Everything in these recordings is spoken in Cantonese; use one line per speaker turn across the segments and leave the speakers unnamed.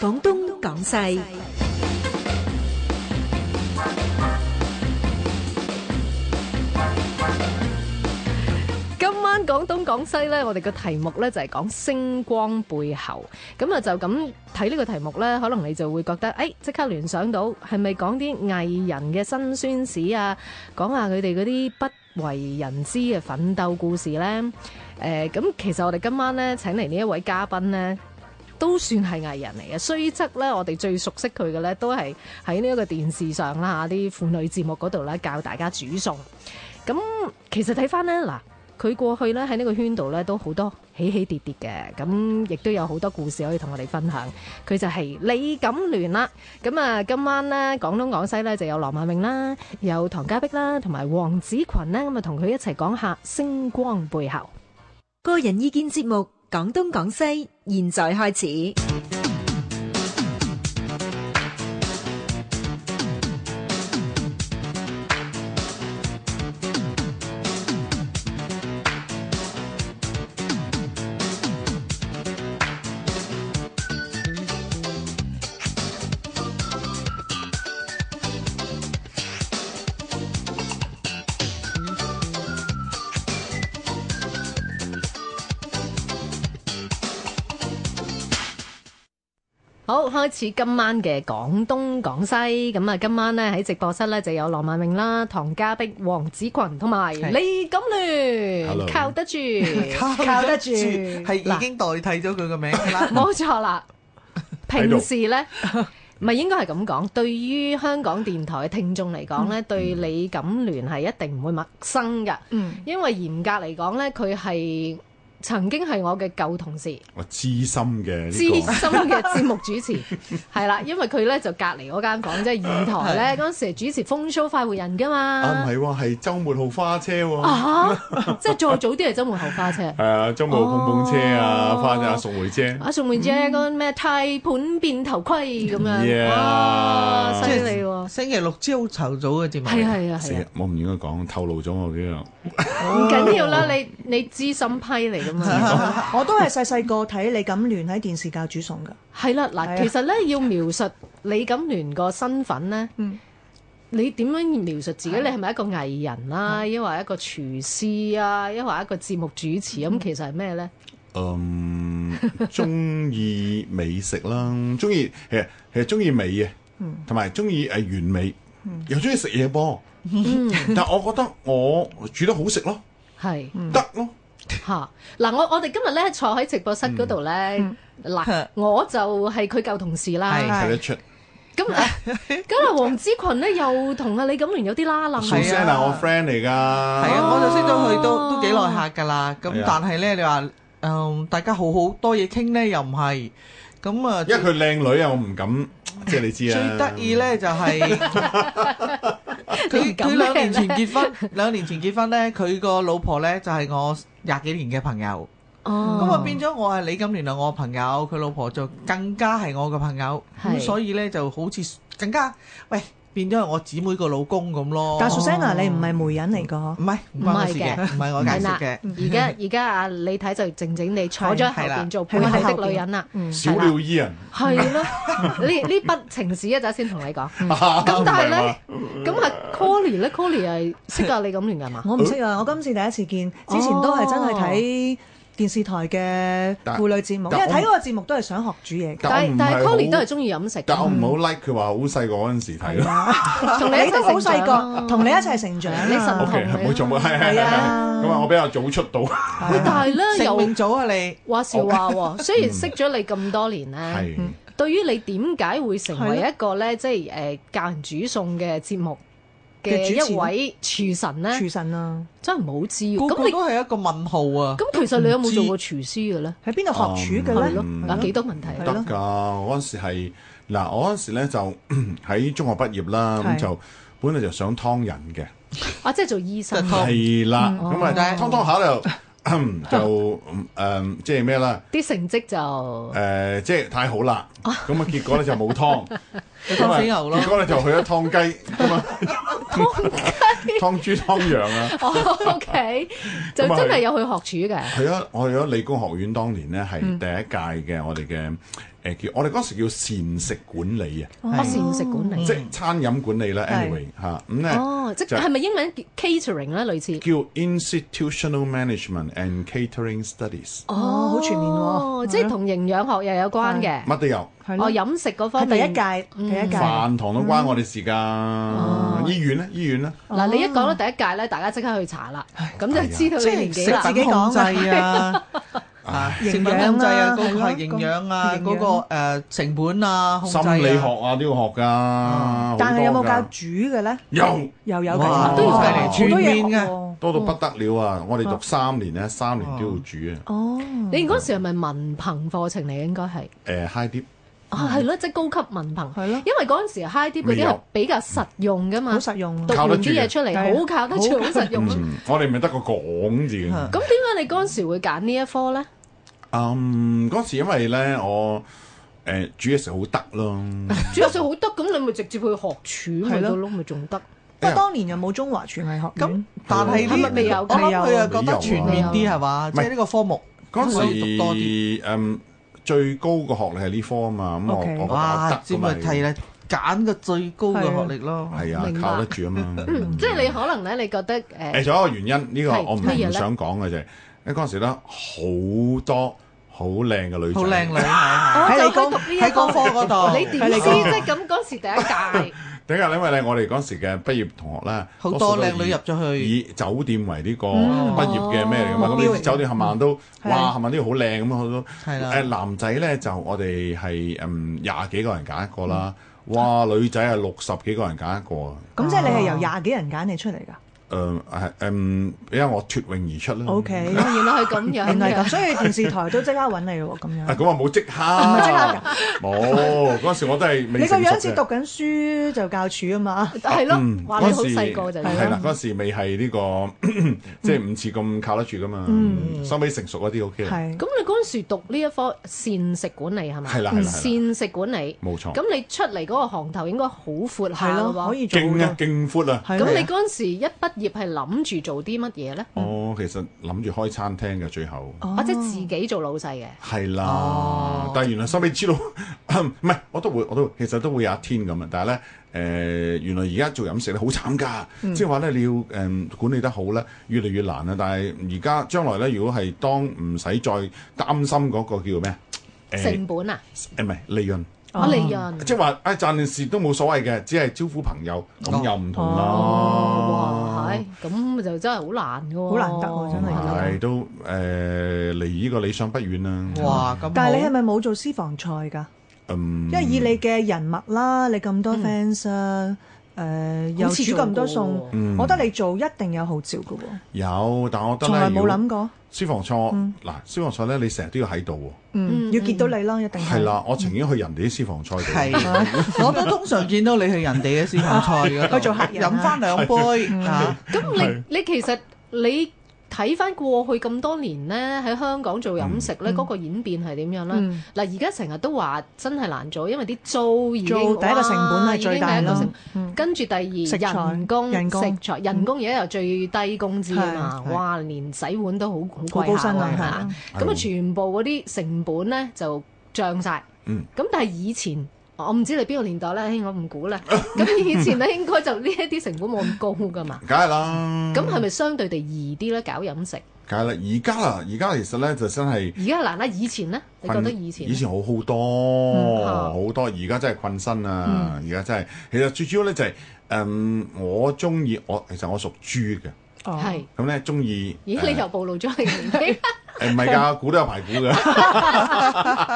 廣東廣西
今晚廣東廣西呢，我哋嘅題目呢就係講星光背後。咁啊，就咁睇呢個題目呢，可能你就會覺得，誒、哎、即刻聯想到係咪講啲藝人嘅辛酸史
à.
啊？講下佢哋嗰啲不為人知嘅奮鬥故事呢？誒、
Ờ,
咁其實我哋今晚呢，請嚟呢一位嘉賓呢。都算係藝人嚟嘅，雖則咧，我哋最熟悉佢嘅咧，都係喺呢一個電視上啦，啲婦女節目嗰度咧，教大家煮餸。咁其實睇翻咧，嗱，佢過去咧喺呢個圈度咧，都好多起起跌跌嘅，咁亦都有好多故事可以同我哋分享。佢就係李錦聯啦。咁啊，今晚咧廣東廣西咧就有羅曼穎啦，有唐家碧啦，同埋黃子群啦，咁啊同佢一齊講下星光背後。
個人意見節目《廣東廣西》，現在開始。
好，開始今晚嘅廣東廣西咁啊！今晚呢，喺直播室呢就有羅曼穎啦、唐家碧、黃子群同埋
係，
李錦聯
Hello
靠得住靠得住，
係已
嗱
經代替咗佢個名 㗎啦。
冇錯啦。
喺度
平時呢，唔係應該係咁講，對於香港電台嘅聽眾嚟講呢，對李錦聯係一定唔會陌生㗎，
嗯，
因為嚴格嚟講呢，佢係曾經係我嘅舊同事。
我資深嘅
資
呢
深嘅節目 主持係啦，因為佢咧就隔離嗰間房，即係二台咧嗰陣時係主持《風騷快活人》噶
個啊，唔
嘛，
係喎，係週末號花車喎，
啊，即係再早啲係周末後花 車，
係啊，週末號碰碰車啊，
哦
花啊，送回車，
啊宋美姐嗰個咩替盤變頭盔咁
Yeah
樣，啊犀
即係
利喎，
星期六朝頭早嘅節目嚟，
係係啊
死
係
啦
啊，！
我唔應該講，透露咗我呢
唔緊要啦，你你資深批嚟噶嘛。
我都係細細個睇李錦聯喺電視教煮餸㗎，
係啦，
係
嗱，
啊
其實咧要描述李錦聯個身份咧，
嗯
你點樣描述自己？你係咪一個藝人啦、抑或一個廚師啊，抑或一個節目主持
嗯
咁？其實係咩咧？
個，嗯，中意美食啦，中意其實其實中意美嘅，
嗯
同埋中意呃誒完美，又中意食嘢噃，
嗯
但我覺得我煮得好食咯，
係
嗯
得咯，
嚇嗱，我我哋今日咧坐喺直播室嗰度咧，嗱，我就係佢舊同事
嗯係
啦。
睇得出。
咁啊咁啊，黃之群咧又同啊李錦聯有啲拉楞
係啊
Susanna 我 friend 嚟
係
㗎，
啊，我就識咗佢都都幾耐下㗎啦。
係
咁
啊
但係咧，你話誒大家好好多嘢傾咧，又唔係咁啊。
因為佢靚女啊，我唔敢，即係你知
最
啊。
得意 咧就係
你唔
佢
敢
佢
咩
兩年前結婚，兩年前結婚咧，佢個老婆咧就係我廿幾年嘅朋友。
哦
咁啊變咗我係李錦聯係我朋友，佢老婆就更加係我嘅朋友，
係
咁所以咧就好似更加喂變咗係我姊妹個老公咁咯。
但 Susanna 你唔係媒人嚟㗎嗬
唔係唔關我事嘅，
唔係嘅
唔係我解
係
釋
啦，
嘅。
而家而家啊，李太就靜靜地坐咗喺後
係啦
邊做背後的女人啦，
嗯小鳥依人，
係咯，呢呢筆情史一陣先同你 講。咁
咁
但係咧，咁啊 Colly 咧，Colly 係識啊李錦聯㗎嘛？
我唔識啊，我今次第一次見，之前都係真係睇電視台嘅婦女節目，因
但
為睇嗰個節目都係想學煮嘢㗎。
但我
但係
唔係
但係
好
Colly 都係中意飲食
但我
㗎，
唔好 like 佢話好細個嗰陣時睇咯。
同你一
你都好
齊成
細
長啊
個，同你一齊成長啊，
你神
O
童
K，
嚟
冇錯冇，係係係
係
係
啊
咁啊，我比較早出道，
喂但係咧
成
又
名早啊你，
話時話 喎，雖
嗯
然識咗你咁多年咧，
係
對於你點解會成為
係咯
一個咧即係誒教人煮餸嘅節目嘅
嘅主持
一位廚神咧，
廚神啊，
真係唔好知喎。
個
咁
個
你
都係一個問號啊！
咁其實你有冇做過廚師嘅咧？
喺邊度學廚
係
嘅
咯
咧？，
啊幾多問題啊？
嗯得㗎。我嗰陣時係嗱，我嗰陣時咧就 喺中學畢業啦，咁
係
就本來就想劏人嘅，
啊，即係做醫生
就劏
係啦，咁啊
哦
劏劏下就嗯就嗯誒即係咩啦？
啲成績就
誒、即係太好啦，咁啊結果咧就冇湯，
湯死牛咯
結，果咧就去咗湯雞咁啊， 湯雞、湯豬、湯羊啊。
哦
O K，就真係有去學廚嘅。
去咗我去咗理工學院，當年咧係
嗯
第一屆嘅我哋嘅誒叫我哋嗰時叫膳食管理啊，
我膳食管理
即。係餐飲管理啦。
哦係
anyway 嚇咁咧。
哦，即
就
係咪英文叫 catering 咧？類似。
叫 Institutional Management and Catering Studies，
哦，好全面
哦
喎，
即係同營養學又有關嘅。
乜都有，
係咯
哦，嗯飲食嗰
係
方
第
面。
一屆，第一屆
飯堂都關我哋事
嗯
㗎。醫院咧，醫院咧，
嗱，你一講到第一屆咧，大家即刻去查啦，咁就知道你
即哦係
年
食
紀啦。
自己
控
講
制
啊
啊，
唉
營
食品控
養
制啊，
啊，
嗰個
係咯
係營養啊，
營
嗰個
養
誒成本啊，控制
心
啊
理學啊都要學㗎，好
哦但係有
多
冇教
㗎。
煮嘅咧？
有
又有
哇
嘅，
都要
哦
計嚟
好多嘢
全面嘅
學喎
多到不得了啊！我哋讀三年咧，三年都要煮啊。
哦，
你嗰時係咪文憑課程嚟嘅？應該係
誒呃 high dip
啊，係咯，即係高級文憑。
嗯係咯
因為嗰陣時 high dip 嗰
未
啲係
有
比較實用噶嘛，
好實用啊
讀
靠
完啲
得住嘅
嘢出嚟，
係
好靠
啊
得住，好實用。咁
嗯，我哋咪得個講字
嗯
嘅。
點解你嗰陣時會揀呢一科咧？
嗯，嗰時因為咧我誒煮嘢食好得 咯，
主要數好得，咁你咪直接去學廚咪
係咯
到咯，咪仲得。
不過當年又冇中華廚藝學
咁
院，
但係
係咪未
呢，
有
我諗佢又覺
未有
得
啊
全面啲係嘛，
唔
即
係
係呢個科目
嗰
所以讀多啲。
時誒最高嘅學歷係呢科啊嘛，咁我我
OK
覺得我
哇！
得
知
㗎嘛
咪提啦，揀個最高嘅學歷咯。
係啊
明，白
靠得住 啊嘛。
嗯，即係你可能咧，你覺得
誒，
誒
仲有一個原因，呢個
係
我唔
乜嘢咧
唔想講嘅就係，因為嗰陣時咧好多好靚嘅女仔，
好靚女，係啊
喺
就
理
去讀
工
呢一
喺嗰
科，
科嗰
哦
度，
你點
喺
知即
理工
係咁嗰時第一屆
點解咧？因為咧，我哋嗰時嘅畢業同學咧，
好
數
多
都
靚女入咗去。
以酒店為呢個畢業嘅咩嚟㗎嘛？
目
咁
標嚟
你酒店冚唪唥都
係
哇冚唪唥都要好靚咁啊！好多
係啦
誒男仔咧就我哋係嗯廿幾個人揀一個啦，哇女仔係六十幾個人揀一個啊！
咁即係你係由廿幾人揀你出嚟㗎。
誒係嗯，因為我脫穎而出啦。
O K，
哦 原來係咁樣
原來
嘅
咁，。所以電視台都即刻揾你咯，咁
啊
樣。
咁啊冇即刻，
係即刻㗎
冇嗰時我都係未
你個
成熟
樣似
嘅
讀緊書就教廚啊嘛，
係咯
嗯，
話你好
嗰時
細個就已經
係啦，嗰時未係呢個即係唔似咁靠得住噶嘛，收尾成熟嗰啲 OK 啦，
係
咁你嗰陣時讀呢一科膳食管理係咪？
係啦係啦係啦哦
膳食管理。
冇錯，
咁你出嚟嗰個行頭應該好闊下
係
㗎
咯，可
喎。
以做好
勁啊
多。
勁闊啊！
係
咁
咯
你嗰陣時一畢業係諗住做啲乜嘢咧？
我哦其實諗住開餐廳嘅最後。
哦
或者自己做老細嘅？
係
哦
啦，但係原來收尾知道， 唔係我都會，我都其實都會有一天咁啊！但係咧，誒、原來而家做飲食咧好慘㗎，即係話咧你要誒、管理得好咧，越嚟越難啊！但係而家將來咧，如果係當唔使再擔心嗰個叫做咩誒
成本啊，
誒唔係利潤。
哦
我利潤。
即係話啊賺件事都冇所謂嘅，只係招呼朋友咁
哦
又唔同
哦，哇，
啦。
係，咁就真係好難㗎喎。
好難得喎真係
係都誒離呢個理想不遠啊啦。
哇！咁
但係你係
咪
咪冇做私房菜㗎？
嗯
因，為以你嘅人脈啦，你咁多 fans 啊，誒
好
又煮
似
咁多
做過
餸
喎，
嗯
我覺得你做一定有號召㗎喎，
有，但我覺得
從來
咧
冇諗過。
消防菜
嗯
嗱，消防菜咧你成日都要喺度
嗯，要見到你啦，一定
喎。
係
係。啦，我情願去人哋啲消防 菜
係
度。？
我都通常見到你去人哋嘅私房菜嗰度
去做客人啊
飲翻兩杯嚇。
咁你你其實你睇翻過去咁多年呢，喺香港做飲食呢，嗰個演變係點樣啦？
嗯
嗱，而家成日都話真係難做，因為啲租已經
做第一個成本係最大
哇已經第一個
啦
成跟住第
食材
二人工、
人工嗯
食材、人工而家又最低工資啊嘛，
係係
哇！連洗碗都好好
好
貴
高
下
薪
喎
啊
係嘛？
係
咁啊，
係
全部嗰啲成本咧就漲晒。
嗯。
咁但係以前。我唔知你邊個年代啦，嘿我唔估 啦。咁以前咧應該就呢一啲成本冇咁高噶嘛。
梗係啦，
咁係咪相對地易啲咧？搞飲食
梗係啦。而家啦，而家其實咧就真係
而家難啦，以前咧你覺得
困
以前
以前好好
嗯
多
啊
好多，而家真係困身啊！而家真係其實最主要咧就係誒，我中意我其實我屬豬嘅，
哦
係
咁咧中意
咦？你又暴露咗你年紀
誒唔 係㗎，股都有排股㗎。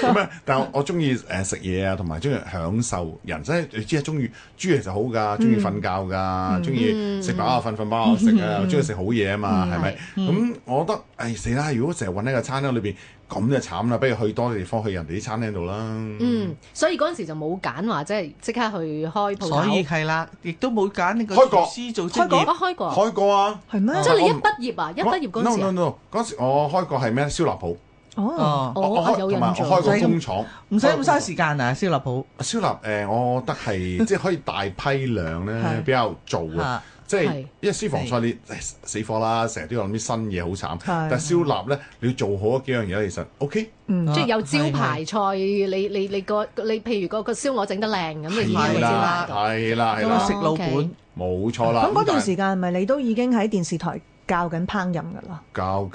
咁啊，但係我中意誒食嘢啊，同埋中意享受人生。你知啊，中意豬其實好
嗯
㗎，中意瞓覺㗎，中意食飽啊瞓，瞓飽啊食啊，中意食好嘢啊
嗯
嘛，係咪？咁我覺得誒死啦！如果成日揾喺個餐廳裏邊，咁就慘啦。不如去多啲地方，去人哋啲餐廳度啦。
嗯，所以嗰陣時就冇揀話即係即刻去開鋪頭。
所以係啦，亦都冇揀呢個
開國
廚師做
開
職
過，哦
業。
開過。
開過啊！
係咩？
即係你一
我唔
畢業啊，一畢業嗰陣時
no no
啊，
no，嗰時我開過係咩？燒臘鋪。
哦，
哦，
我我
哦，有
開同
印
埋我開
象，
個工廠，
唔使咁嘥時間啊，燒臘鋪
燒臘誒，我覺得係即係可以大批量咧
係
比較做啊
嚇。
即係
係
因為私房菜你唉死火啦，成日都要諗啲新嘢好慘。
係
但係燒臘咧，你要做好嗰幾樣嘢，其實 OK。
嗯
即係有
啊
招
係
牌菜，你你你個你譬如個個燒鵝整得靚咁，你已經會
係
知
啦，
道。
係啦，係
咁啊
啦
食，老本
哦
冇錯啦。
咁嗰段時
間
間係咪你都已經喺電視台教緊烹飪㗎啦？
教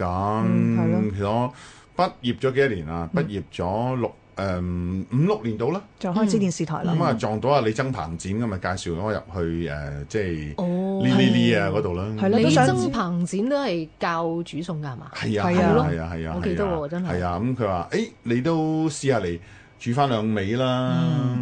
嗯係
緊，
咯
其實我畢業咗幾多年啊？畢業咗六誒五六年到啦。
就開始電視台啦。
咁啊撞到阿李曾彭展咁啊，介紹我入去誒，即係
哦
呢呢呢啊嗰度啦。
係咯
李
都想
曾彭展都係教煮餸㗎係嘛？
係啊，
係
係
啊
啊，係啊，係啊，
我記得
係啊
喎真係
係啊，咁佢話：，誒，你都試下嚟煮翻兩味啦，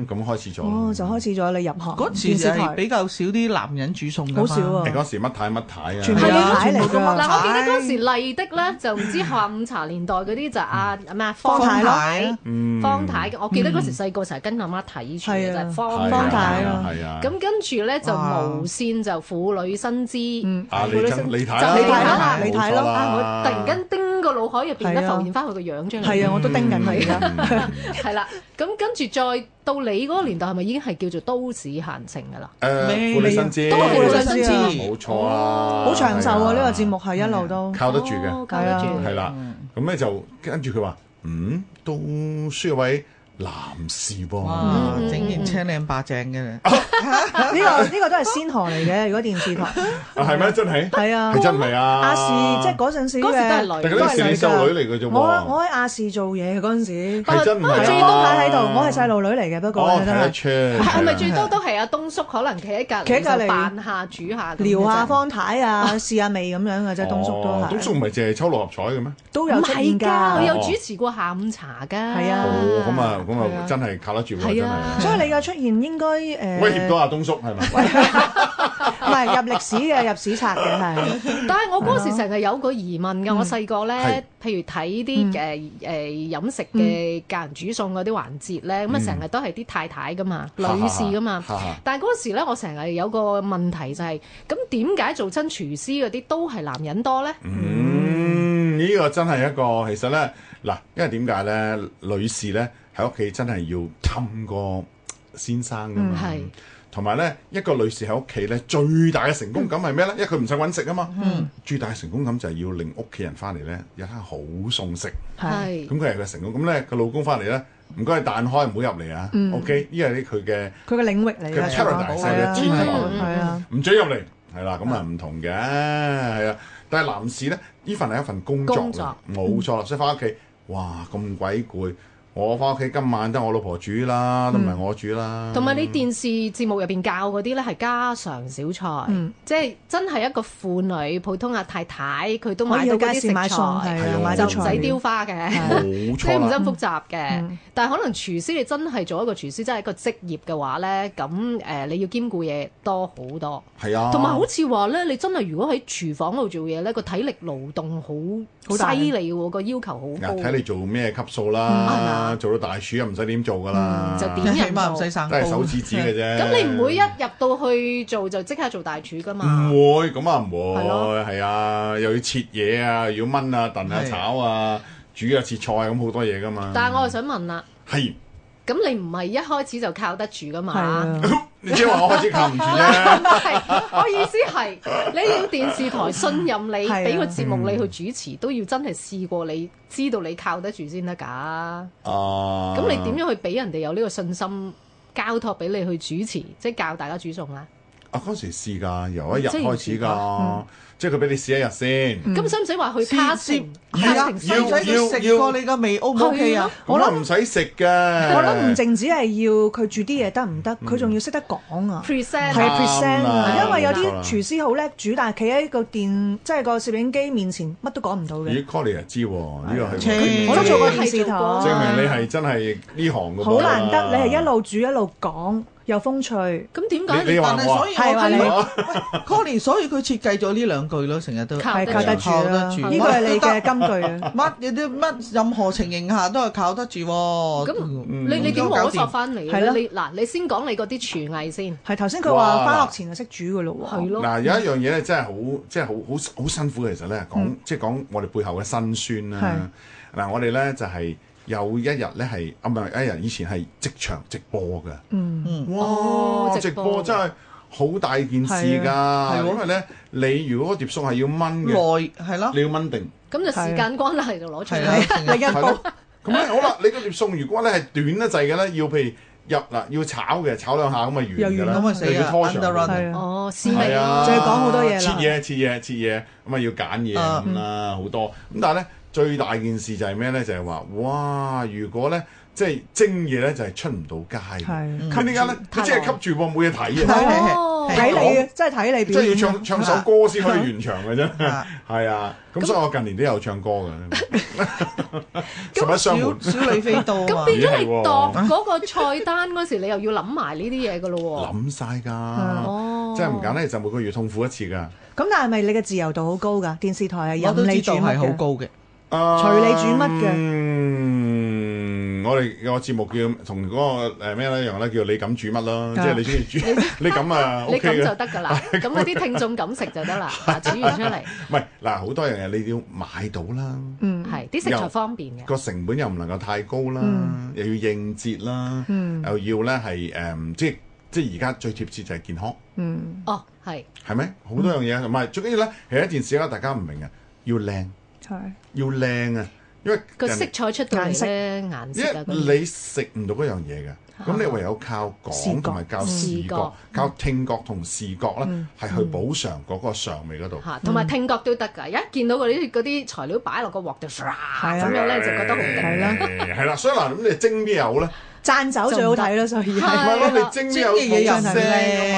咁開始咗。
哦，就開始咗你入行
嗰
電
時
視
係
台，
比較少啲男人煮餸㗎嘛
好少啊
誒嗰時乜太乜太啊，
全部
係
都
啊
牌嚟
全部都
㗎
乜。
嗱，我記得嗰時麗的咧，就唔知下午茶年代嗰啲就阿阿咩方
方太咯
太，
嗯
方太，我記得嗰時細個成日跟阿媽睇住嘅
係
就
啊
係
係
方
啊
方
方
太
太。
啊
係啊。
咁跟住咧就
哇
無線就婦女新知，
嗯
啊，
婦
李
女
曾
新
李太
就
啦，嗯
李太
啦
李太啦
冇錯啦
啊！我突然間叮個腦海入邊
係
咧
啊
浮現翻佢個樣出嚟。
係啊，我都叮緊佢而家。
嗯
係啦，咁跟住再到你嗰個年代，係咪已經係叫做都市閒情㗎啦？
誒，婦女新知，
都係婦女新知啊
冇錯啊，
好長壽啊！
係
呢個節目係一路都
靠得住
哦
嘅，
靠得住
係啊
係啦。咁咧就跟住佢話：，嗯，都需要位男士
哇
嗯
噃。，
整完青靚白淨嘅，
嗯
呢個呢個都係先河嚟嘅。如果電視台
啊，係咩？真係
係啊
係，真係啊！
亞視即係啊嗰陣時
嗰時
嘅
都係女
但係嗰啲
女
善修女嚟嘅啫
㗎
喎
我啊我喺亞視做嘢嘅嗰陣時，
係真唔係
係
啊
啊，東太喺度，我係細路女嚟嘅，不過
哦，
真
睇得
係
出。啊
係咪最多都係阿東叔可能企喺隔
企喺
離
隔離
就扮下煮下咁
撩下
啫
方太啊，試下味咁樣嘅啫。東叔都
哦東叔
係
唔係淨係抽六合彩嘅咩？
都有
唔
出
係
現
㗎，佢
㗎，
有主持過下午茶㗎。
係啊
哦，咁啊，咁
係
啊，
啊
真係靠得住喎，
係
真
啊
係。
所以你嘅出現應該誒
威脅到啊阿東叔係咪？
唔係入歷史嘅，入史冊嘅係。嗯
但係我嗰時成日有個疑問㗎，我細個咧，譬如睇啲誒誒飲食
嗯
嘅教人煮餸嗰啲環節咧，咁啊成日都係啲太太㗎嘛，女士㗎嘛
哈哈哈哈。
但係嗰時咧，我成日有個問題就係，咁點解做真廚師嗰啲都係男人多咧？
嗯，呢個真係一個其實咧嗱，因為點解咧？女士咧喺屋企真係要氹個先生㗎嘛。
係
同埋咧，一個女士喺屋企咧，最大嘅成功感係咩咧？因為佢唔使揾食啊嘛。最大嘅成功感就係要令屋企人翻嚟咧有餐好餸食。
係
係
咁佢係佢成功。咁咧，佢老公翻嚟咧，唔該你彈開，唔好入嚟啊。OK，因為呢佢嘅
佢嘅領域嚟
佢
嘅，
嘅 paradise 係嘅天堂
係
嗯
啊，
唔准入嚟，係啦，咁啊唔同嘅，係啊。但係男士咧，呢份係一份工作
工
嚟
作，嗯
冇錯啦。所以翻屋企，哇咁鬼攰，我翻屋企今晚得我老婆煮啦，都唔係我煮啦。
嗯同埋你電視節目入邊教嗰啲咧係家常小菜，
嗯
即係真係一個婦女普通阿太太佢都買到嗰
可以
啲
去街
食
市買餸係
材，
啊，
係
買
啊
就
啲
唔
菜
使雕花嘅，
冇
啊即係
錯
唔
啦
使。咁複雜嘅。但係可能廚師你真係做一個廚師，真係一個職業嘅話咧，咁誒你要兼顧嘢多好多，
係啊，
同埋好似話咧，你真係如果喺廚房度做嘢咧，個體力勞動好
好大
犀利喎，個要求好
嗱
高，
睇你做咩級數
嗯係
啦
嘛，嗯
做到大廚又唔使點做噶啦，
就點
起碼唔使
都
生
係手
高。
指指 嘅啫。
咁你唔會一入到去做就即刻做大廚噶嘛？
唔會，咁啊唔
係咯
會，係啊，又要切嘢啊，又要炆啊、燉啊、
係
炒啊、煮啊、切菜啊咁好多嘢噶嘛。
但係我又想問啦，
係，
咁你唔係一開始就靠得住噶
係
嘛？
啊。
你即係話我開始靠唔住 啫。
係，我意思係你要電視台信任你，
係啊
俾個節目你去主持，都要真係試過你知道你靠得住先得㗎。
啊，
咁你點樣去俾人哋有呢個信心？交託俾你去主持，即係教大家煮餸啦。
啊？嗰時試㗎，由一日
即係
開始
要試
㗎，即係佢俾你試一日先。
嗯
咁使唔使話去
試
casting
係啊，
casting 西
要
餐
要食過你個味 O 唔 OK 啊？
我諗唔使食嘅，
我諗唔淨止係要佢煮啲嘢得唔得，佢
嗯
仲要識得講啊。
present
係
啱
啊 present 啊，
啦
因為有
冇錯啦
啲廚師好叻煮，但係企喺個電即係個攝影機面前，乜都講唔到嘅。
咦？Call 你又知喎，呢個
切
係
我都做過
係
電視台，
做過
嗯證明你係真係呢行嘅噃。
好難得，你係一路煮一路講，又風趣。
咁點
你你
解
話
但係所以我
係話你
覺得 Connie，所以佢設計咗呢兩句咯，成日都
靠啊
係靠得住
靠得
啦，
啊
住
呢個係你嘅金句 啊！
乜嘢都乜任何情形下都係靠得住喎。
咁
嗯
你你點摸索
搞掂
翻嚟
係
咧？
咯
你嗱，你先講你嗰啲廚藝先，
係頭先佢話
哇
翻學前就識煮噶咯
係
喎，
咯。
嗱，有一樣嘢咧，真係好，即係好好好辛苦嘅。其實咧，講即係講我哋背後嘅辛酸啦。嗱，我哋咧就係有一日咧係啊，唔係一日以前係即場直播嘅。
嗯，
哦
哇！
直
直
播
播真係好大件事㗎，
係
係啊喎
因為咧你如果嗰碟餸係要炆
耐
嘅，
係咯，
你要炆定。
咁就時
啊
間關係就攞出
係
嚟。
啦，成日
係咯，咁咧好啦，你嗰碟餸如果咧係短得滯嘅咧，要譬如入嗱要炒嘅，炒兩下咁咪完
又
㗎
完
啦，
啦
咁啊死
又要
啦
拖長
，under
佢
run
係啊，
哦，試味
係啊
就係講好多嘢
切
啦。
嘢切嘢切嘢，咁啊要揀嘢
啊
咁啦，好多。咁但係咧最大件事就係咩咧？就係話哇，如果咧即係蒸嘢咧就係出唔到街嘅。
係
咁點解咧？佢即係吸住噃，冇嘢睇啊！
哦
睇
係
你，真係睇你
即係
表
要
演。啊
唱唱首歌先可以完場嘅啫。
啊
係啊，咁所以我近年都有唱歌嘅。
小
十一雙門
小女飛刀
咁
啊，
變咗你
咦係喎
度嗰個菜單嗰時，你又要諗埋呢啲嘢噶咯
諗啊晒
喎。
㗎，
哦，
真係唔簡單，就每個月痛苦一次㗎。
咁但係咪你嘅自由度好高㗎？電視台係
我都
任你
知
煮
道係
乜
好
嘅
高嘅，
隨
你煮乜嘅
嗯，我哋個節目叫同嗰個誒咩咧一樣咧，叫你敢煮乜啦，即係你中意煮，你敢啊
你
OK
咁就
嘅。
得㗎 啦，咁嗰啲聽眾敢食就得啦，嗱煮完出嚟
唔係嗱，好多樣嘢你要買到啦，
嗯，
係啲食材方便嘅，
個成本又唔能夠太高啦，又要應節啦，
嗯
又要咧係誒，即係即係而家最貼切就係健康，
嗯，
哦係
係咪？好多樣嘢，同埋最緊要咧係一件事啦，大家唔明啊，要靚，
係
要靚啊，因為
個
人
色彩出到
顏
嚟
色
咧顏
因
色啊嗰
為
啲啊
你食唔到嗰樣嘢嘅，咁你唯有靠
視覺
講同埋靠視
視覺嗯
覺，靠聽覺同視覺咧，係去補償嗰個尚味嗰度。
嚇，同埋聽覺都得㗎，一見到嗰啲嗰啲材料擺落個鑊度，唰
啊
咁樣咧就覺得好勁。
係啦
係啦，所以嗱，咁你蒸咩有咧？
讚酒最好睇啦，所以
唔
係
係
係咯，
啦
你蒸咩有
蒸嘅嘢又
冇聲啊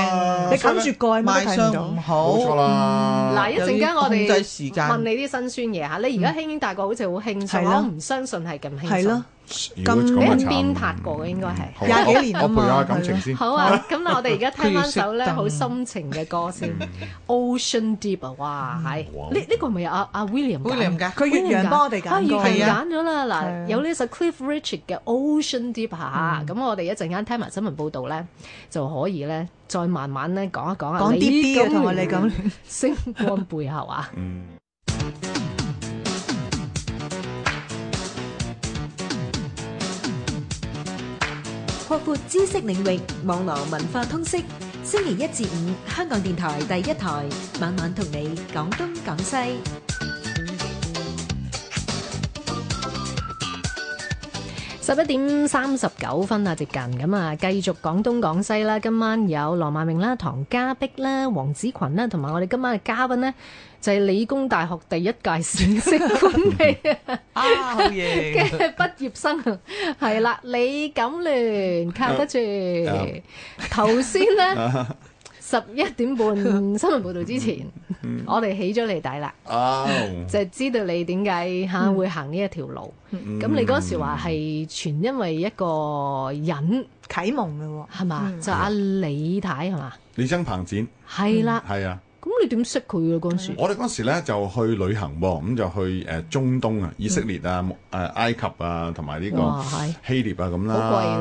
嘛？
你 冚住
賣
蓋乜都睇
相
唔
唔
到。
好
冇錯，啦。嗯
嗱，一陣間我哋
有啲控制時間
問你啲辛酸嘢嚇，你而家輕輕大個好似好輕鬆，
係啦
我唔相信係咁輕鬆。
係咯，
如果
咁
俾
咁
人
就
鞭
慘。
撻過嘅應該係。
好
廿幾年啊
我我
嘛
培養下感情先。
好啊，咁嗱，我哋而家聽翻首咧
佢要熄燈
好深情嘅歌先，
嗯
《Ocean Deep》啊，哇，係
哇
呢呢個咪阿阿 William 揀
William 㗎，
佢越洋幫我哋
啊
揀
越
歌，
係啊
洋揀咗啦，
係啊嗯
嗱，有呢首 Cliff Richard 嘅《Ocean Deep》嚇，啊咁我哋一陣間聽埋新聞報道咧，就可以咧再慢慢咧講一講啊，
講啲啲嘅同我
你
哋講，
星光背後啊。
嗯。
擴闊知識領域，網絡文化通識。星期一至五，香港電台第一台，晚晚同你講東講西。
十一點三十九分啊，接近咁啊，繼續講東講西啦。今晚有羅曼明啦、唐家碧啦、黃子群啦，同埋我哋今晚嘅嘉賓呢，就係、理工大學第一屆膳食管理
啊好嘢，
嘅畢業生啊，係啦，李錦聯靠得住
啊。
頭先呢，十一點半新聞報導之前，我哋起咗你底啦，
啊。
就係知道你點解嚇會行呢一條路。咁
嗯
你嗰時話係全因為一個人
啟蒙嘅
係嘛，就阿李太係嘛，
李曾彭展
係啦。
係啊。
咁你點識佢嘅嗰陣時？
我哋嗰時咧就去旅行喎，咁就去誒、呃中東啊、以色列啊、誒、埃及啊，同埋呢
嗯哇
個
係
希臘啊咁
好貴
啦。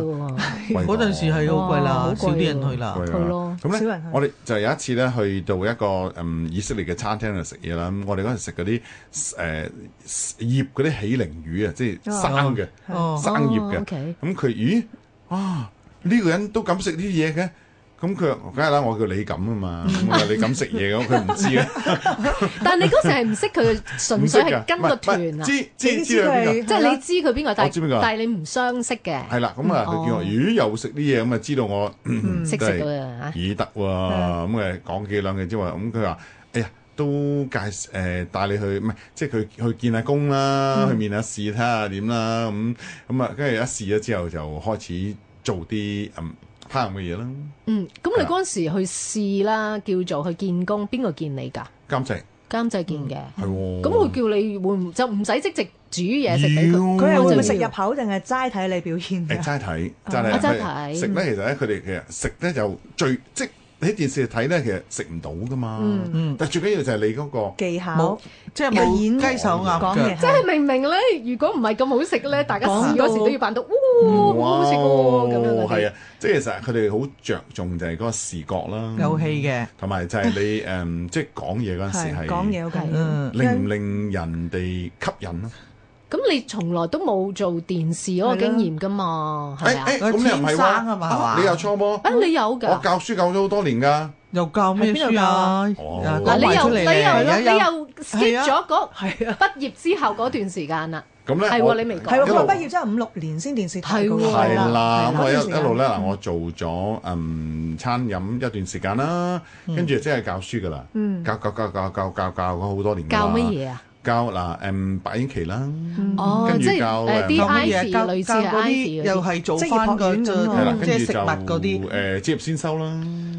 喎，
貴
嗰陣時係好貴
哇好
啦，
貴
少啲人去啦，
貴
係咯
啊！咁
少
咧
人去，
我哋就有一次咧去到一個嗯以色列嘅餐廳度食嘢啦。咁我哋嗰陣食嗰啲誒醃嗰啲喜靈魚啊，即係生嘅
哦
生醃
哦
嘅。
，OK
咁佢咦啊呢個人都敢食呢啲嘢嘅？咁佢話梗係啦，我叫你咁啊嘛，咁我話你敢食嘢咁，佢唔知啊，
但你嗰時係唔識 佢，純
唔識
粹
㗎
係跟個團
唔係唔係
啊，即
知知
你
知道係邊個
佢
係你知佢邊個，但
我知邊個
係但係你唔相識嘅，
係啦，咁啊，佢叫我，咦，又食啲嘢，咁啊，知道我
識嗯哦食嗯佢啊，
咦得喎，咁誒講幾兩句之後，咁佢話，哎呀，都介誒帶你去，唔係，即係佢去見下工啦，
嗯
去面下試睇下點啦，咁咁啊，跟住一試咗之後就開始做啲嗯烹飪嘅嘢啦，
嗯，咁你嗰陣時去試啦，叫做去見工，邊個見你㗎？
監製
監製見嘅，
係喎，
嗯咁佢叫你會唔就唔使即直煮嘢食俾
妖
佢，
佢係會唔會食
就
入口定係齋睇你表啊
誒
演㗎？
齋睇齋睇
啊
佢
齋睇
食咧，其實咧佢哋其實食咧就最即係你喺電視睇咧，其實食唔到噶嘛，
嗯
但係最緊要就係你嗰個。
技巧
冇即係冇
演
雞手
講
鴨腳，
嘅
即係明明咧，如果唔係咁好食咧，大家試
講
嗰
到
時都要扮到，哇，好好食喎咁樣嗰
係
啲。
啊，即係其實佢哋好着重就係嗰個視覺
有
啦，
戲嘅，
同埋就係你誒，即係講嘢嗰陣時
係
係
講嘢好緊要。
嗯。
令唔令人哋吸引咯？
咁你從來都冇做電視嗰個經驗㗎嘛，係咪啊？
哎誒，誒，咁你又唔係
天
喎，
生啊嘛係嘛
你又初波，
啊，你有
我
㗎？
教書教咗好多年㗎，
又教咩書啊？
哦
啊
嗱，
講
你
埋
又
出嚟
你
咧
又
有
你又 skip 咗嗰
係啊，
畢業之後嗰段時間啦，
咁咧
係
我
喎，你未
係喎，
一
佢
路
話
講。
畢業真係五六年先電視台
係
㗎
喎
喎
係啦，咁
嗰
我一
段時間
一路咧嗱，我做咗嗯餐飲一段時間啦，跟住即係教書㗎啦，教教教教教教教咗好多年㗎啦
教乜？嘢啊？
教嗱誒白英奇啦，
哦，
跟住
即係
教嗯
誒
誒
啲
教乜
I
嘢
T
教
類似
教
係
嗰
I
啲
T 嗰
又
啲。
係做
職業
翻
學
個
院咁
係啦
咯，
跟
嗯即係
住
食
就
物嗰啲，
誒職業先修啦，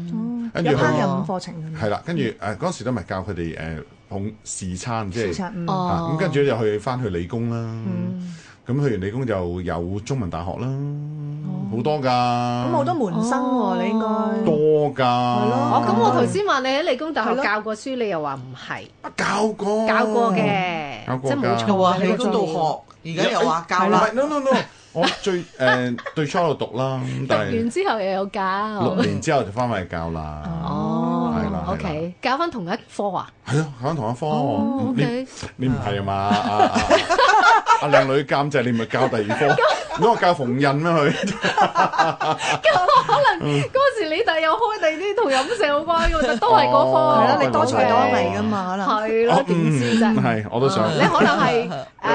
跟住去
有烹飪課程
係啦，跟住誒嗰時都咪教佢哋誒捧試餐，即
視
係嚇
察嗯
哦
咁跟住就去翻去理工啦。咁去完理工就有中文大學啦，好多㗎，
咁好多門生
哦
喎，你應該
多㗎。
咯
哦，咁我頭
同
先話你喺理工大
係
學
咯
教過書，你又話唔係
教過，
教過，嘅
教，
即
過
係冇
㗎
錯嘅。
又話喺
你
嗰
嗰度
度學，而家又話教
唔
啦
係。no no no，我最誒 對初度讀啦，咁
讀
但係
完之後又有教
六。年之後就翻返去教啦。係啦
哦
係啦
，OK，教翻同一科啊？
係啊，講同一科
哦
喎，你
，OK，
你唔係啊嘛？啊啊 啊阿靚女監製，你咪教第二科，唔通我教縫紉咩佢？
嗰時你第有開第啲同飲食有關嘅，就都係嗰科。
哦
係
係
啦，你多才多藝㗎
㗎
嘛，可能。
係咯，點知啫？
哦嗯係，我都想
啊。你可能係誒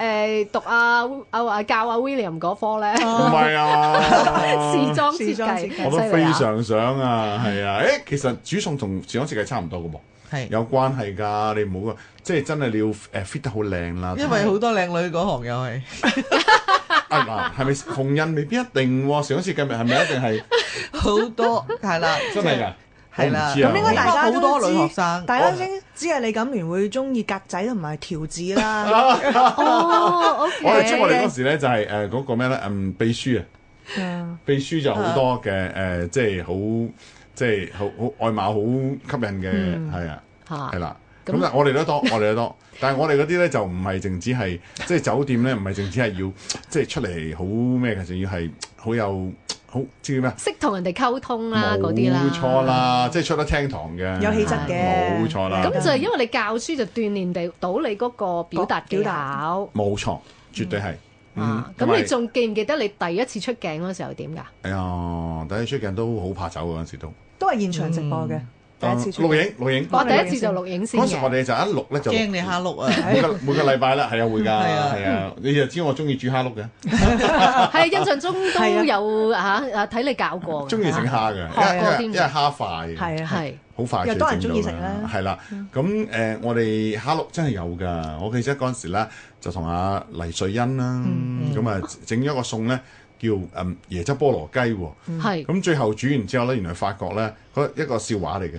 誒讀啊啊啊教啊 William 嗰科咧，
唔係啊，
哦時裝
時
設
裝設
計，
計
我都
犀
非
利啊！
常想啊，係啊，誒，其實主餸同時裝設計差唔多嘅喎。
係，
有關係㗎，你唔好啊即係真係你要誒 fit 得好靚啦。
因為好多靚女嗰行又係。
啊嗱，係咪縫紉未必一定喎？上一次計咪係咪一定係
好多係啦，
真係㗎？
係啦
我唔知啊
咁應該大家
好多
都
女學
知
生，
大家已經知係李錦聯會中意格仔同埋條子啦。
哦
我哋即係我哋
，OK，
嗰時咧就係誒嗰個咩咧？嗯，秘書啊，
嗯
秘書就好多嘅
嗯
誒，即係好即係好好外貌好吸引嘅，係啊，
嚇
係啦。
嗯咁
咁但我哋都多，我哋都多， 但係我哋嗰啲咧就唔係淨止係即係酒店咧，唔係淨止係要即係出嚟好咩嘅，仲要係好有好知叫咩啊？
識同人哋溝通啦，嗰啲啦，
冇錯。啦，即係出得廳堂嘅，啊
有氣質嘅
冇錯啦，
咁就係因為你教書就鍛鍊地到你嗰個表達技
表
巧
冇錯，絕對係。嗯
啊！咁你仲記唔記得你第一次出鏡嗰時候點㗎？
哎呀，第一次出鏡都好怕醜啊嗰陣時都，
都係現場直播嘅，第一次
啊
出
錄影錄影。
我
幫
第
你
一次就錄影先
嗰時我
嘅。
哋就一錄咧就
驚你蝦碌啊！
每
哎
個每個禮拜啦，係啊會㗎，
啊
係啊，你就知我中意煮蝦碌嘅，
係印象中都
係啊
有嚇啊睇你教
哦
過嘅。
中意食蝦嘅，
啊
學過
因為
添
因為蝦快嘅，
係啊，係
係
好快
又多人鍾意食嗯
整到
啦
啊係啦。咁誒，我哋蝦碌真係有㗎。我記得嗰陣時咧，就同阿黎瑞恩啦，
嗯
咁啊整咗個餸咧，叫誒椰汁菠蘿雞喎。
嗯
係。
咁最後煮完之後咧，原來發覺咧，嗰一個笑話嚟嘅。誒、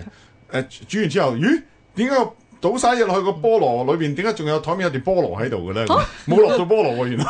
呃煮完之後，咦？點解倒晒入去個菠蘿裏邊？點解仲有台面有條菠蘿喺度嘅咧？冇落到菠蘿喎，原來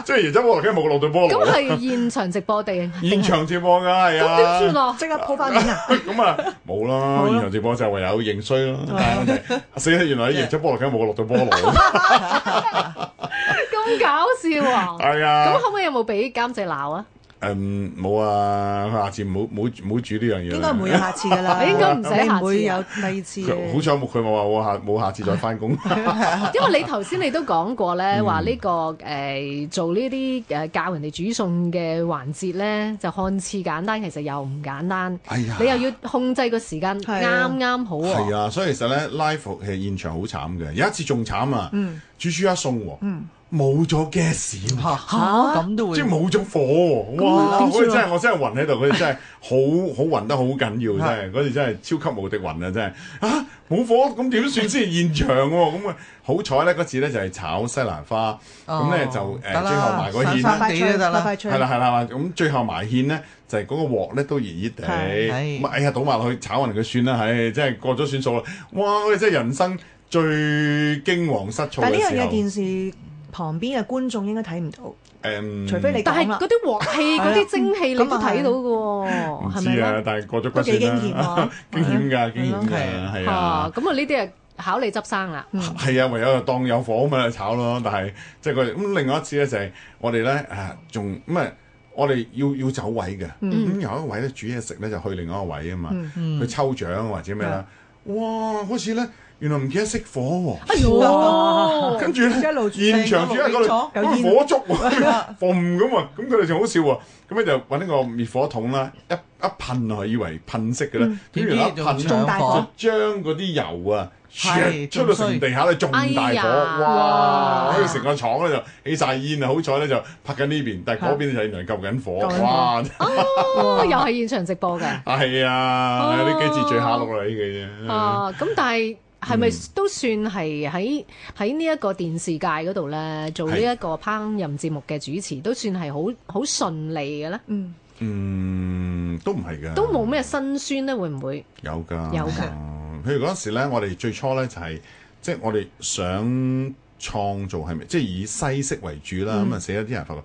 即係椰汁菠蘿雞冇落到菠
咁
蘿。
係現場直播定？
現場直播㗎係
咁點算
啊，
啊？
即刻鋪翻面 啊！
咁啊冇啦，現場直播就唯有認衰咯。但係問題死啦！原來椰汁菠蘿雞冇落到菠蘿，
咁搞笑啊！
係啊
咁，後尾有冇俾監製鬧啊？
誒冇啊，佢下次唔好唔好唔好煮呢樣嘢啦。
應該唔會有下次噶啦，
應該唔使下次
你
啊
唔會有第二次
佢好
嘅。
彩冇，佢冇話我下冇下次再翻工。
因為你頭先你都講過咧，話呢、個誒、做呢啲誒教人哋煮餸嘅環節咧，就看似簡單，其實又唔簡單。
哎呀
你又要控制個時間
係
啱
啊
啱好
係
喎。
啊，所以其實咧 live 係現場好慘嘅，有一次仲慘啊，煮煮下餸喎，冇咗 gas 喎
嚇咁都會
即係冇咗火喎，哇！嗰陣真係我真係暈喺度，嗰陣真係好 好暈得好緊要，真係嗰陣真係超級無敵暈啊！真係啊冇火咁點算先？現場喎咁啊，好彩咧嗰次咧就係炒西蘭花，
哦
咁咧就誒
得啦
最後埋個芡
散散。
啦
快快
地
脆，
都得啦
快快脆
係，啦係啦，咁最後埋芡咧，就係嗰個鑊咧都熱熱
係
地，
係
咁啊哎呀倒埋落去炒勻佢算啦，唉，真係過咗算數啦！哇，我哋真係人生最驚惶失措
但係呢
嘅
樣
時
嘢
候，
電視旁邊嘅觀眾應該睇唔到，
誒，
除非你
但係
講啦
嗰。啲鑊氣、嗰啲蒸氣，你都睇到嘅
唔
喎，哦係咪
知啊
咧？，
但係過咗骨
都幾
算
驚險
啦
啊，
驚險㗎，驚險㗎，
係
係
啊
啊，
咁啊呢啲啊考你執生啦。
係啊，唯有就當有火咁啊炒咯，但係即係佢咁另外一次咧就係我哋咧啊仲咁啊。我哋要要走位嘅，咁、有一
嗯
位咧煮嘢食咧就去另外一個位啊嘛，去抽獎或者咩啦，哇！好似咧原來唔記得熄火喎。
哎呦，
跟住咧，
一路煮
現場煮喺嗰度
有煙
火燭喎，
啊
嘣咁啊！咁佢哋就好笑喎，咁咧就揾呢個滅火筒啦，一一噴落去，以為噴熄嘅咧，點原來一噴
仲
呢
大
就
火
將嗰啲油啊，
係
出到成地下咧，仲大
哎呀
火，
哇
哇！喺度成個廠咧就起晒煙啊！好彩咧就拍緊呢邊，但係嗰邊就原來救緊火，
救緊火
哇！
哦又係現場直播嘅。
係啊，呢幾次最蝦碌啦呢幾嘢。
啊，咁但係係咪
嗯
都算係喺喺呢一個電視界嗰度咧，做呢一個烹飪節目嘅主持，都算係好好順利嘅咧？
嗯，
嗯，都唔係㗎，
都冇咩辛酸咧，會唔會？
有㗎，
有㗎
譬如嗰陣時咧，我哋最初咧就係、即係我哋想創造係咪即係以西式為主啦，咁啊寫咗啲人發覺。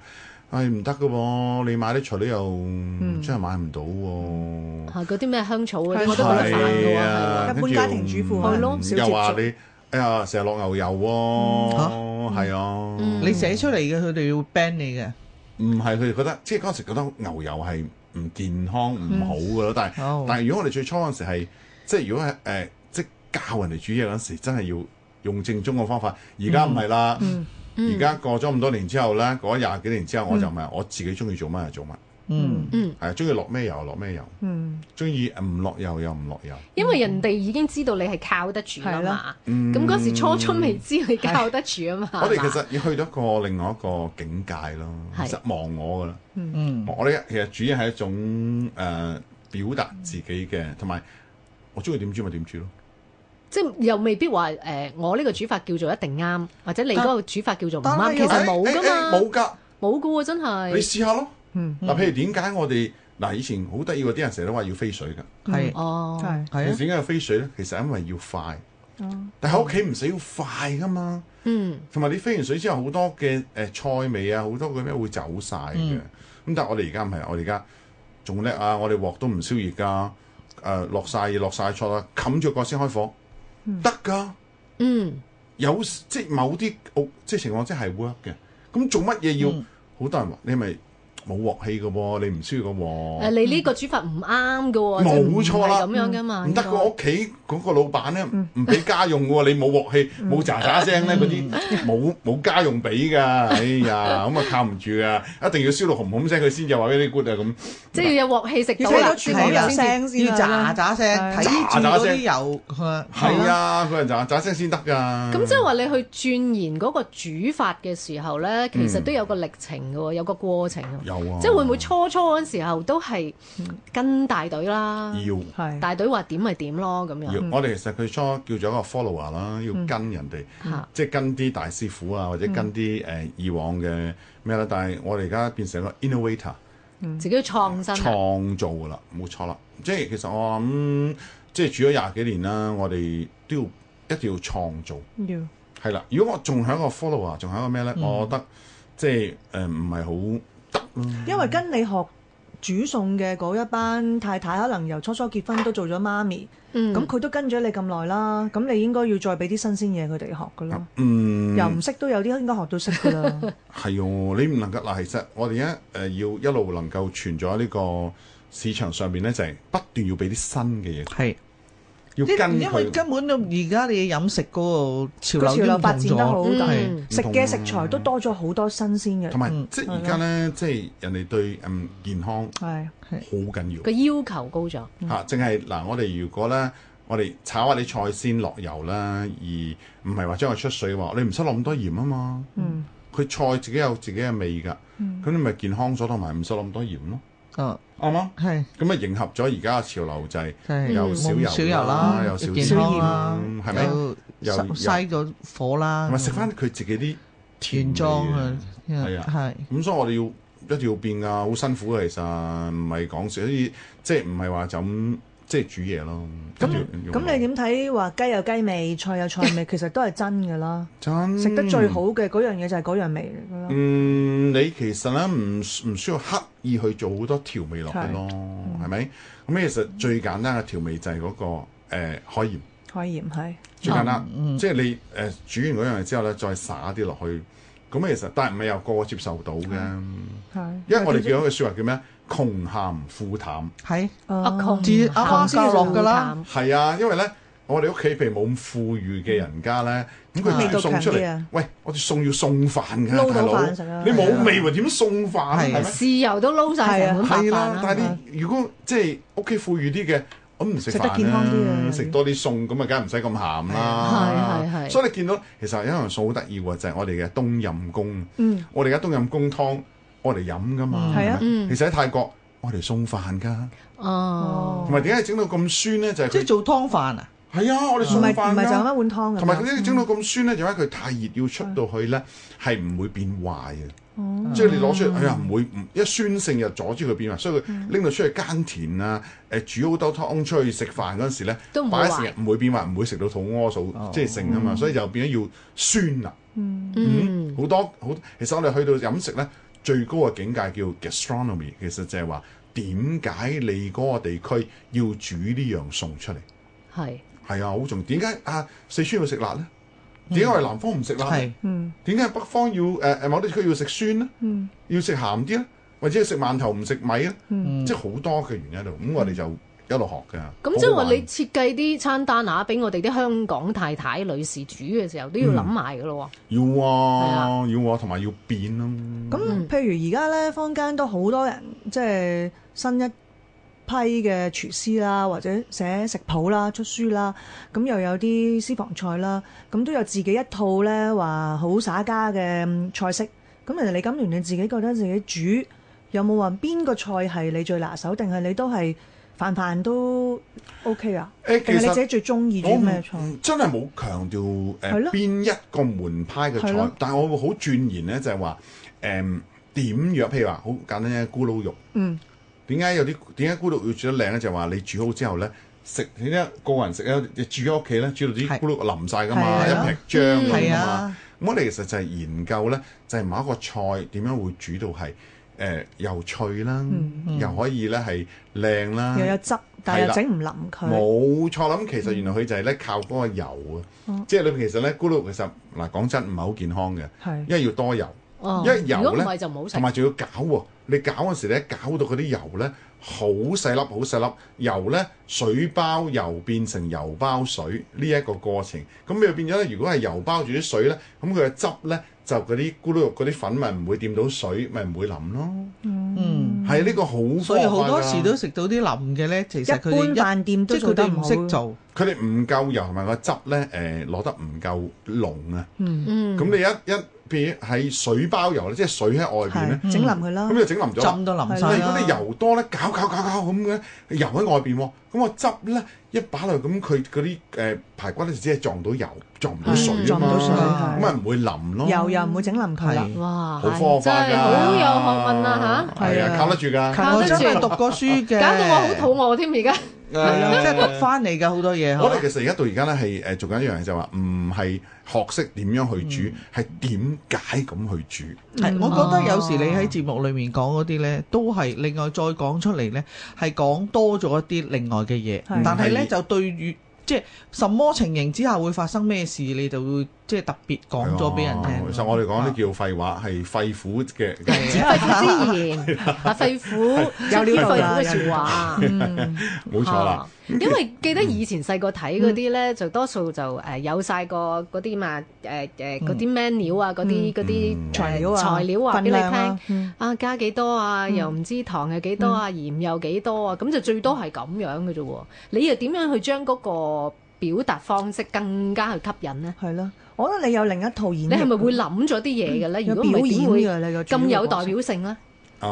唉，唔得㗎喎！你買啲材料又真係買唔到喎。
嚇嗰啲咩香草嗰啲，
香
我都覺得煩嘅
係
喎，
啊，
係
一般家庭主婦
係咯
嗯
少接觸
又話你哎呀，成日落牛油
嗯
喎，係啊，
你寫出嚟嘅，佢哋會 ban 你嘅。
唔係佢哋覺得，即係嗰陣時覺得牛油係唔健康唔好㗎咯。但係、
哦
但係如果我哋最初嗰陣時係，即係如果係誒、呃即係教人哋煮嘢嗰陣時，真係要用正宗嘅方法。而家唔係啦，
嗯
而家、過咗咁多年之後咧，過咗廿幾年之後，我就唔係我自己中意做乜就做乜，
嗯，
係啊中意落咩油就落咩油，
嗯，
中意唔落油又唔落油。
因為人哋已經知道你係靠得住啦
係
嘛
啦。
嗯
咁嗰時初初未知你靠得住啊嘛。
我哋
係嘛
其實要去到一個另外一個境界咯，
係
實忘我噶啦。
嗯，
我哋其實煮嘢係一種誒、呃表達自己嘅，同埋我中意點煮咪點煮咯。
即係又未必話誒，我呢個煮法叫做一定啱，或者你嗰個煮法叫做唔
但
啱，
係
其實冇
誒誒誒
㗎嘛，
哎冇㗎，
冇㗎喎，真係嗯
你。試下咯。嗱，譬如點解我哋嗱以前好得意喎，啲人成日都話要飛水㗎。
係
哦，
係
其
係
實
啊，
點解要飛水咧？其實因為要快。
哦
但喺屋企唔使要快㗎嘛，
嗯，
同埋你飛完水之後好多嘅誒、呃菜味啊，好多嘅咩會走晒嘅。
嗯
咁、但係我哋而家唔係，我哋而家仲叻啊！我哋鑊都唔燒熱㗎，誒落晒嘢落晒菜啦，冚住個角先開火，得㗎、
嗯，
有即係某啲屋即係情況即係 work 嘅。咁做乜嘢要
嗯
好、多人話你係咪冇鑊氣嘅喎？你唔需要個
誒，
鑊，
你呢個煮法唔啱㗎喎，
哦嗯冇
即係唔係
錯啦嗯
咁樣噶嘛，
唔得
應該嗯
個屋企嗰個老闆咧唔俾家用嘅喎，你冇鑊氣冇喳喳聲咧嗰
嗯
啲冇冇家用俾㗎。哎 呀，咁啊靠唔住㗎，一定要燒到紅紅聲佢先至話俾你 good 啊咁。
即係要有鑊氣食
要
到啦
聽到。廚房有聲先
要喳喳聲，
係
睇住嗰啲油，佢話
係，啊，佢係喳喳聲先得㗎。
咁即係話你去鑽研嗰個煮法嘅時候咧，其實都有個歷程嘅喎，有個過程喎。
嗯有啊，嗯
即係會唔會初初嗰陣時候都係跟大隊啦，
要？
係
大隊話點咪點咯咁
要
樣。
我哋其實佢初叫咗一個 follower 啦，要
嗯
跟人哋，
嚇
即係跟啲大師傅
嗯
啊，或者跟啲誒、呃以往嘅咩啦。但係我哋而家變成一個 innovator
自己要創新啊。
創造噶啦，冇錯啦。即係其實我諗、即係住咗廿幾年啦，我哋都要一定要創造
要
係啦。如果我仲係一個 follower，仲係一個咩
嗯
咧？我覺得即係誒唔係好得咯。
因為跟你學煮餸嘅嗰一班太太，可能由初初結婚都做咗媽咪，
嗯
咁佢都跟咗你咁耐啦，咁你應該要再俾啲新鮮嘢佢哋學噶啦，
嗯，
由唔識都有啲應該學到識噶啦，
係哦，你唔能夠嗱，其實我哋而家誒要一路能夠存在喺呢個市場上面咧，就係、不斷要俾啲新嘅嘢，
係。
要跟
因為
佢。
根本而家你飲食嗰個潮
個
流
潮
已經
流
唔
發
同
展得好
咗，
大
嗯，
食嘅食材都多咗好多新鮮
同
嘅，
埋、即係而家
嗯
咧，即係人哋對嗯健康
係
好緊
個要求高咗。
要嚇，淨係嗱，我哋如果咧，我哋炒下啲菜先落油啦，而唔係話將佢出水喎，你唔使落咁多鹽啊嘛。
嗯，
佢菜自己有自己嘅味㗎，咁、你咪健康咗，同埋唔使落咁多鹽咯，
哦，
啱唔啱？
係
咁啊，迎合咗而家嘅潮流就係、
係
又
冇
少
咁
油
少油啦
啦，又少
健康
鹽
啦，
係咪
又
又
嘥
又
嘥咗火啦，
啊
同埋食翻佢自己啲
原
甜
裝啊，
係啊
係
味嘅，咁所以我哋要一定要變㗎，好辛苦嘅其實，唔係講笑，所以即係唔係話就咁即係煮嘢咯。跟住用
咁你點睇話雞有雞味，菜有菜味，其實都係真噶啦，
真
食得最好？嘅嗰樣嘢就係嗰樣味嚟噶啦。
嗯，你其實咧唔唔需要刻意去做好多調味落去咯，係
嗯
咪？咁其實最簡單嘅調味就係嗰個誒海鹽。
海鹽嗯係，
最簡單，即係你誒、呃煮完嗰樣嘢之後咧，再撒啲落去。咁其實，但係唔係由個個接受到嘅，
嗯係
因為我哋見到句説話叫咩？窮鹹富淡，
係
啊，
啊
窮
自
鹹
啊
啱啱教落㗎啦
富淡。
係啊，因為咧我哋屋企譬如冇咁富裕嘅人家咧，咁佢
味
煮
道
餸出
強啲
嚟
啊，
喂，我哋餸要送飯
撈
㗎，
到
大佬
飯食啊，
你
係
冇
啊
味咪點送飯啊？係
係
咪
啊？
豉油都撈晒成碗白
係
飯啊
啊
啦，但係
係嘛
你如果即係屋企富裕啲嘅，我唔食
食得
飯啦
健康啲啊
食多啲餸咁啊，梗係唔使咁鹹啦。
係係係
所以你見到其實有一樣餸好得意喎，就係我哋嘅冬陰功。
嗯，
我哋而家冬陰功湯，我哋飲噶嘛。
嗯係啊
係咪
嗯
其實喺泰國，我哋送飯㗎。
哦
同，埋點解整到咁酸咧？就係
即係
佢
做湯飯啊！
係啊，我哋
唔
送
係
飯
唔係就
㗎。
咁一碗湯咁樣。
同埋嗯佢啲整到咁酸咧，就因為佢太熱，要出到去咧係唔會變壞嘅。
哦
即係你攞出嚟，哎呀唔會唔一酸性就阻止佢變壞，所以
嗯
佢拎到出去耕田啊，誒煮好多湯出去食飯嗰陣時咧，
都唔會壞
擺一成日唔會變壞，唔會食到肚屙數，
哦
即係剩啊嘛，所以就變咗要酸啦。
嗯，
好多好，其實我哋去到飲食咧，最高嘅境界叫 gastronomy，其實就係話點解你嗰個地區要煮呢樣餸出嚟？
係
係啊，好重要。點解啊四川要食辣咧？點解我哋南方唔食辣呢？
係
嗯
點解北方要誒誒、呃某啲地區要食酸咧？
嗯
要食鹹啲咧，或者食饅頭唔食米咧，
嗯
即係好多嘅原因喺度。咁我哋就一路學㗎。
咁即係啊話
好好玩
你設計啲餐單啊，俾我哋啲香港太太女士煮嘅時候都要
嗯
諗埋噶咯
要
係
啊，要啊，同埋要變咯。
咁
嗯
譬如而家咧，坊間都好多人即係新一批嘅廚師啦，或者寫食譜啦、出書啦，咁又有啲私房菜啦，咁都有自己一套咧話好耍家嘅嗯菜式。咁人哋李金聯，你自己覺得自己煮有冇話邊個菜係你最拿手，定係你都係飯飯都 OK 啊？
誒
定係
其
你
實
自己最中意
我
煮
唔
咩菜？
唔真係冇強調
係
誒
咯
邊一個門派嘅
係
菜
咯，
但係我會好鑽研咧，就係話誒點樣，譬如話好簡單嘅咕嚕肉。
嗯，
點解有啲點解咕嚕要煮得靚咧？就係話你煮好之後咧，食你一個人食咧，你煮喺屋企咧，煮到啲
係
咕嚕淋晒㗎
係
嘛，
啊
一劈漿咁
係
啊嘛
啊。
咁我哋其實就係研究咧，就係某一個菜點樣會煮到係誒又脆啦，又可以咧係靚啦
嗯又。有汁，但
係啦
係又整唔腍佢。
冇錯啦，咁其實原來佢就係咧靠嗰個油啊，
嗯
即係你其實咧咕嚕其實嗱講真唔係好健康嘅，
係
因為要多油。
喎。哦，
因為油
如果唔
呢
係就唔好食
同。埋仲要搞喎、你搞嗰時咧，搞到嗰啲油咧好細粒，好細粒，由咧水包油變成油包水呢一個過程，咁就變咗咧。如果係油包住啲水咧，咁佢嘅汁咧就嗰啲咕嚕肉嗰啲粉咪唔會掂到水，咪唔會淋咯。
嗯，
係呢、個好啊科學㗎，
所以好多時都食到啲淋嘅咧，其
一
實佢哋
般
一
飯店都
即
做
係佢
得
哋
唔
唔
好。
識做，
佢哋唔夠油同埋個汁咧，誒攞得唔夠濃啊。
嗯
咁、你一一譬如係水包油咧，即係水喺外邊咧，
係整淋佢啦
咁。就整淋咗啦。
浸都淋
係
晒
啦
但係
啦
如果你油多咧，搞搞搞搞咁嘅，油喺外邊喎，咁我汁咧一把落去，咁佢嗰啲誒排骨咧就只係撞到油，撞唔到水
嗯
啊
撞唔到水
嘛，咁
係
咪唔會淋咯，
又又唔會整淋佢啦。
係
哇，
好科學
真
㗎，
係好有學問啊
嚇，係
係
啊，
啊
靠得住㗎，
靠
我
得
真
住
係讀過書
嚇！
嘅，
搞到我好肚餓添，而 家
係啊，即係讀翻嚟嘅好多嘢。
我哋其實而家到而家咧係呃誒做緊一樣嘢，就話唔係學識點樣去煮，係點解咁去
嗯
煮，
係，我覺得有時你
哦
喺節目裏面講嗰啲呢，都係另外再講出嚟呢，係講多咗一啲另外嘅嘢
係。
但係呢，
係
就對於即係什麼情形之下會發生咩事，你就會即係特別講咗俾人啊聽。
啊哎其實我哋講啲叫廢話，係肺腑嘅嘅
肺腑之言，啊肺腑有
料到
肺
啦
腑嘅説 話。
Ừ.
冇錯啦
啊。因為記得以前細個睇嗰啲咧，就多數就誒有晒個嗰啲嘛誒誒嗰啲 menu 啊，嗰啲嗰啲
嗯
材料啊
材料話俾你
份量啊
聽啊，加幾多啊，又唔知糖又幾多啊，鹽又幾多啊，咁就最多係咁樣嘅啫喎。你又點樣去將嗰個表達方式更加去吸引呢？
係咯，我覺得你有另一套演
你
繹，
係咪會諗咗啲嘢嘅咧？
有
如果
表
唔係點會
演嘅你個主要
咁有
角色
代表性咧？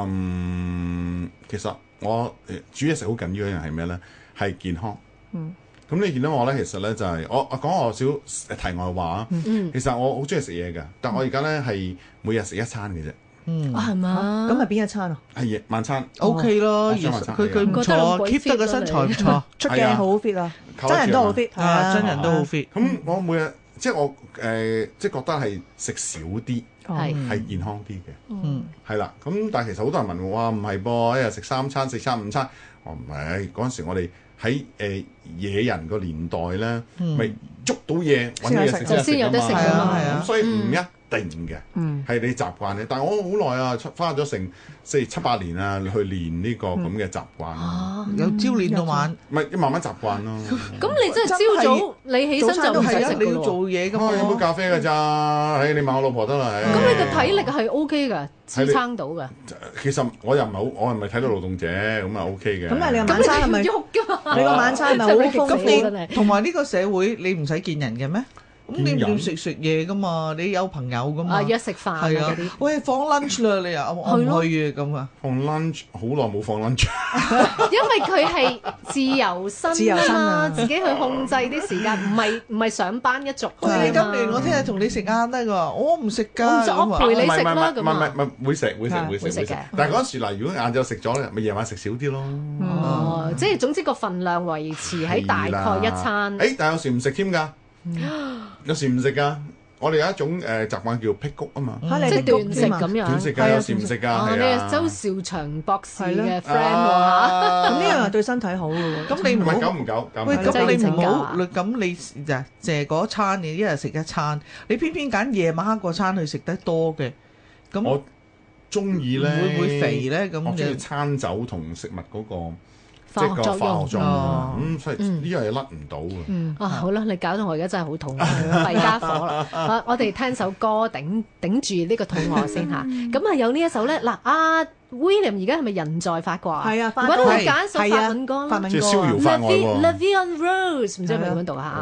嗯，其實我誒煮嘢食好緊要一樣係咩咧？係健康。
嗯。
咁你見到我咧，其實咧就係、我我講我少題外話啊。
嗯
其實我好中意食嘢㗎，但我而家咧係每日食一餐嘅啫，
嗯
啊係嘛？
咁係邊一餐啊？
係夜晚餐。
O K 咯，
我
其
想
實
話真係
佢佢唔
覺得老
錯
鬼
，keep 得個
fit
身材
啊
唔
你
錯，
出
係啊
鏡好 fit 啊，
靠
真
得
人
住
都
啊
好 fit 係
啊，
啊，
真人都好 fit。
咁我每日即係我誒、呃即係覺得係食少啲
係
係健康啲嘅，
嗯，
係啦。咁但係其實好多人問我話啊唔係噃，哎一日食三餐、四餐、五餐。我唔係嗰陣時，我哋喺誒野人
嗯
個年代咧，咪、捉到嘢揾嘢食
先
先有
㗎嘛啊
有食
得食
㗎嘛
咁所以唔一定嘅，係、
嗯
你習慣嘅。但係我好耐啊，出花咗成四七八年啊，去練呢個咁嘅習慣，
啊，
由朝練到晚，
咪、慢慢習慣咯。
咁你真係
真
朝
係
早你起身
早
就
餐都
唔使
係啊，
食
你
㗎
要做
咯
嘢噶
咁我飲杯
嘛。
咖啡㗎咋？唉，你問我老婆得啦。唉
喎。咁你嘅體力係 O K 㗎，支撐到㗎。
其實我又唔係好，我又唔係睇到勞動者，咁啊 OK 嘅。
咁但係你又
咁
晚餐係咪
你 喐㗎嘛？
你個晚餐係咪好
真係激死
豐
我
富
真
咧
係？係
同埋呢個社會，你唔使見人嘅咩？咁你
見人
唔食食嘢噶嘛？你有朋友噶嘛？
啊，約食飯啊
係
嗰啲
啊。，喂，放 lunch 啦，你啊，我我
係咯
唔去啊，咁啊。
放 lunch 好耐冇放 lunch，
因為佢係自由身
自由身
啊嘛，
啊
自己去控制啲時間，唔係唔係上班一族
好似
啊
你今
嘛
年我聽日同你食晏得噶，我唔食
我唔
㗎。
食我
咁啊
陪你食啦
哦唔係
咁
唔
啊
係唔係唔係會食會食
係
會食
會食
會食
嘅。
但係嗰陣時嗱，如果晏晝食咗咧，咪夜晚食少啲咯。
哦，即係總之個份量維持喺大概一餐。
誒，但係有時唔食添㗎， 有時唔食㗎。我哋有一種誒習慣叫辟谷啊嘛，
嚇你
即係
哋谷
斷食
添啊
咁樣。
斷食
係
㗎，
啊
有時唔食㗎，
哦，你
係啊。
係周兆祥博士
係
嘅
咯
friend 喎嚇。
咁呢樣係對身體好嘅喎。
咁你
唔
唔
係久
好
唔久，久唔
喂，
久
真係
咁
要
你唔
請假
好
啊
咁你就借嗰餐，你一日食一餐，你偏偏揀夜晚黑嗰餐去食得多嘅，咁
我中意咧，
會唔會肥咧咁
我中意
就
餐酒同食物嗰個
化
即係
學
個
作
化學
用
作用啊。
嗯
咁所以呢樣嘢甩唔到嘅。
啊，好啦，你搞到我而家真係好肚餓，弊家伙啦！啊，我哋聽首歌頂頂住呢個肚餓先嚇。咁啊，有呢一首咧，嗱，阿 William 而家係咪人在法國啊？
係啊，法
揾
國
我
係
揀一首
係啊
法文歌
法
啦。
文
即係
歌
逍
啊
遙法外
Love
喎
Love on Rose，唔知係咪咁樣讀啊？